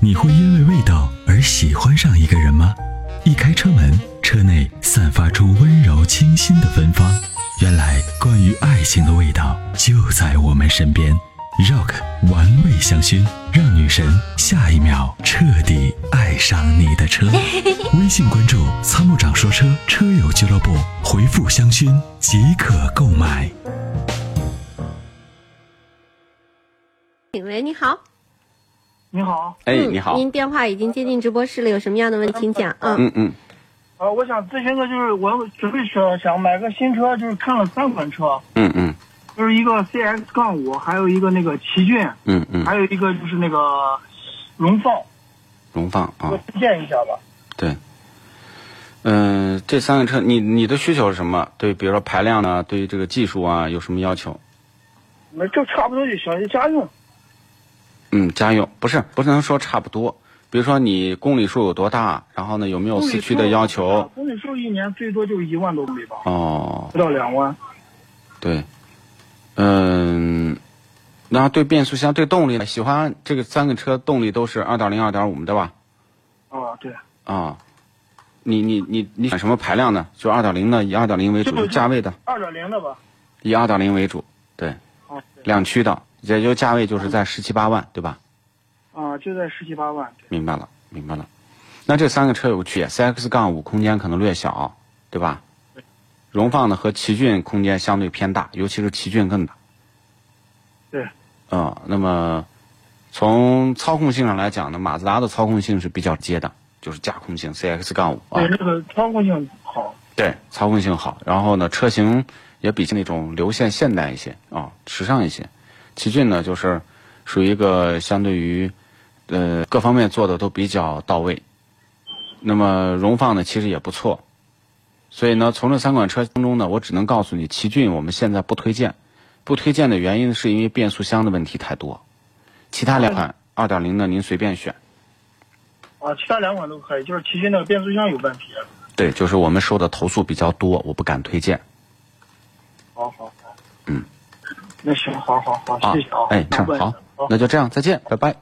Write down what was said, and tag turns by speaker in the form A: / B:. A: 你会因为味道而喜欢上一个人吗？一开车门，车内散发出温柔清新的芬芳。原来，关于爱情的味道就在我们身边。Rock 玩味香薰，让女神下一秒彻底爱上你的车。微信关注“参谋长说车”车友俱乐部，回复“香薰”即可购买。
B: 喂，你好。
C: 你好，
D: 哎，
B: 嗯
D: 你好，
B: 您电话已经接进直播室了，有什么样的问题请讲啊？
D: 嗯嗯，
C: 呃，我想咨询个，就是我准备车想买个新车，就是看了三款车，
D: 嗯嗯
C: 就是一个 CX 杠五，还有一个那个奇骏，
D: 嗯嗯，
C: 还有一个就是那个荣放，
D: 荣放
C: 给
D: 啊
C: 我，推荐一下吧。
D: 对，嗯、这三个车，你你的需求是什么？对，比如说排量呢，对于这个技术啊，有什么要求？
C: 那就差不多就行，就家用。
D: 哦嗯，家用不是不能说差不多，比如说你公里数有多大，然后呢有没有四驱的要求？
C: 啊公里数一年最多就一万多公里吧，
D: 哦，
C: 不到两万。
D: 对，嗯，然后对变速箱、对动力呢，喜欢这个三个车动力都是二点零、二点五的吧？
C: 啊，对，
D: 啊，你你你你选什么排量呢？就二点零的，以二点零为主，
C: 就是
D: 有价位的。
C: 二点零的吧。
D: 以二点零为主，对，
C: 啊，对，
D: 两驱的，也就价位就是在十七八万，对吧？
C: 啊，就在十七八万。对，
D: 明白了，明白了。那这三个车有个区别，CX 杠五空间可能略小，对吧？荣放呢和奇骏空间相对偏大，尤其是奇骏更大。
C: 对。
D: 啊、那么从操控性上来讲呢，马自达的操控性是比较接的，就是驾控性 CX 杠五啊。
C: 对，那个操控性好。
D: 对，操控性好，然后呢，车型也比那种流线现代一些啊，时尚一些。奇骏呢，就是属于一个相对于呃各方面做的都比较到位。那么荣放呢，其实也不错。所以呢，从这三款车当中呢，我只能告诉你，奇骏我们现在不推荐，不推荐的原因是因为变速箱的问题太多。其他两款二点零的您随便选，
C: 啊，其他两款都可以，就是奇骏那个变速箱有问题。
D: 对，就是我们收的投诉比较多，我不敢推荐。
C: 好好好，
D: 嗯，
C: 那行，好好好，
D: 啊
C: 谢谢啊，，
D: 哎，这样
C: 那不
D: 好
C: 好，
D: 那就这样，再见，拜拜。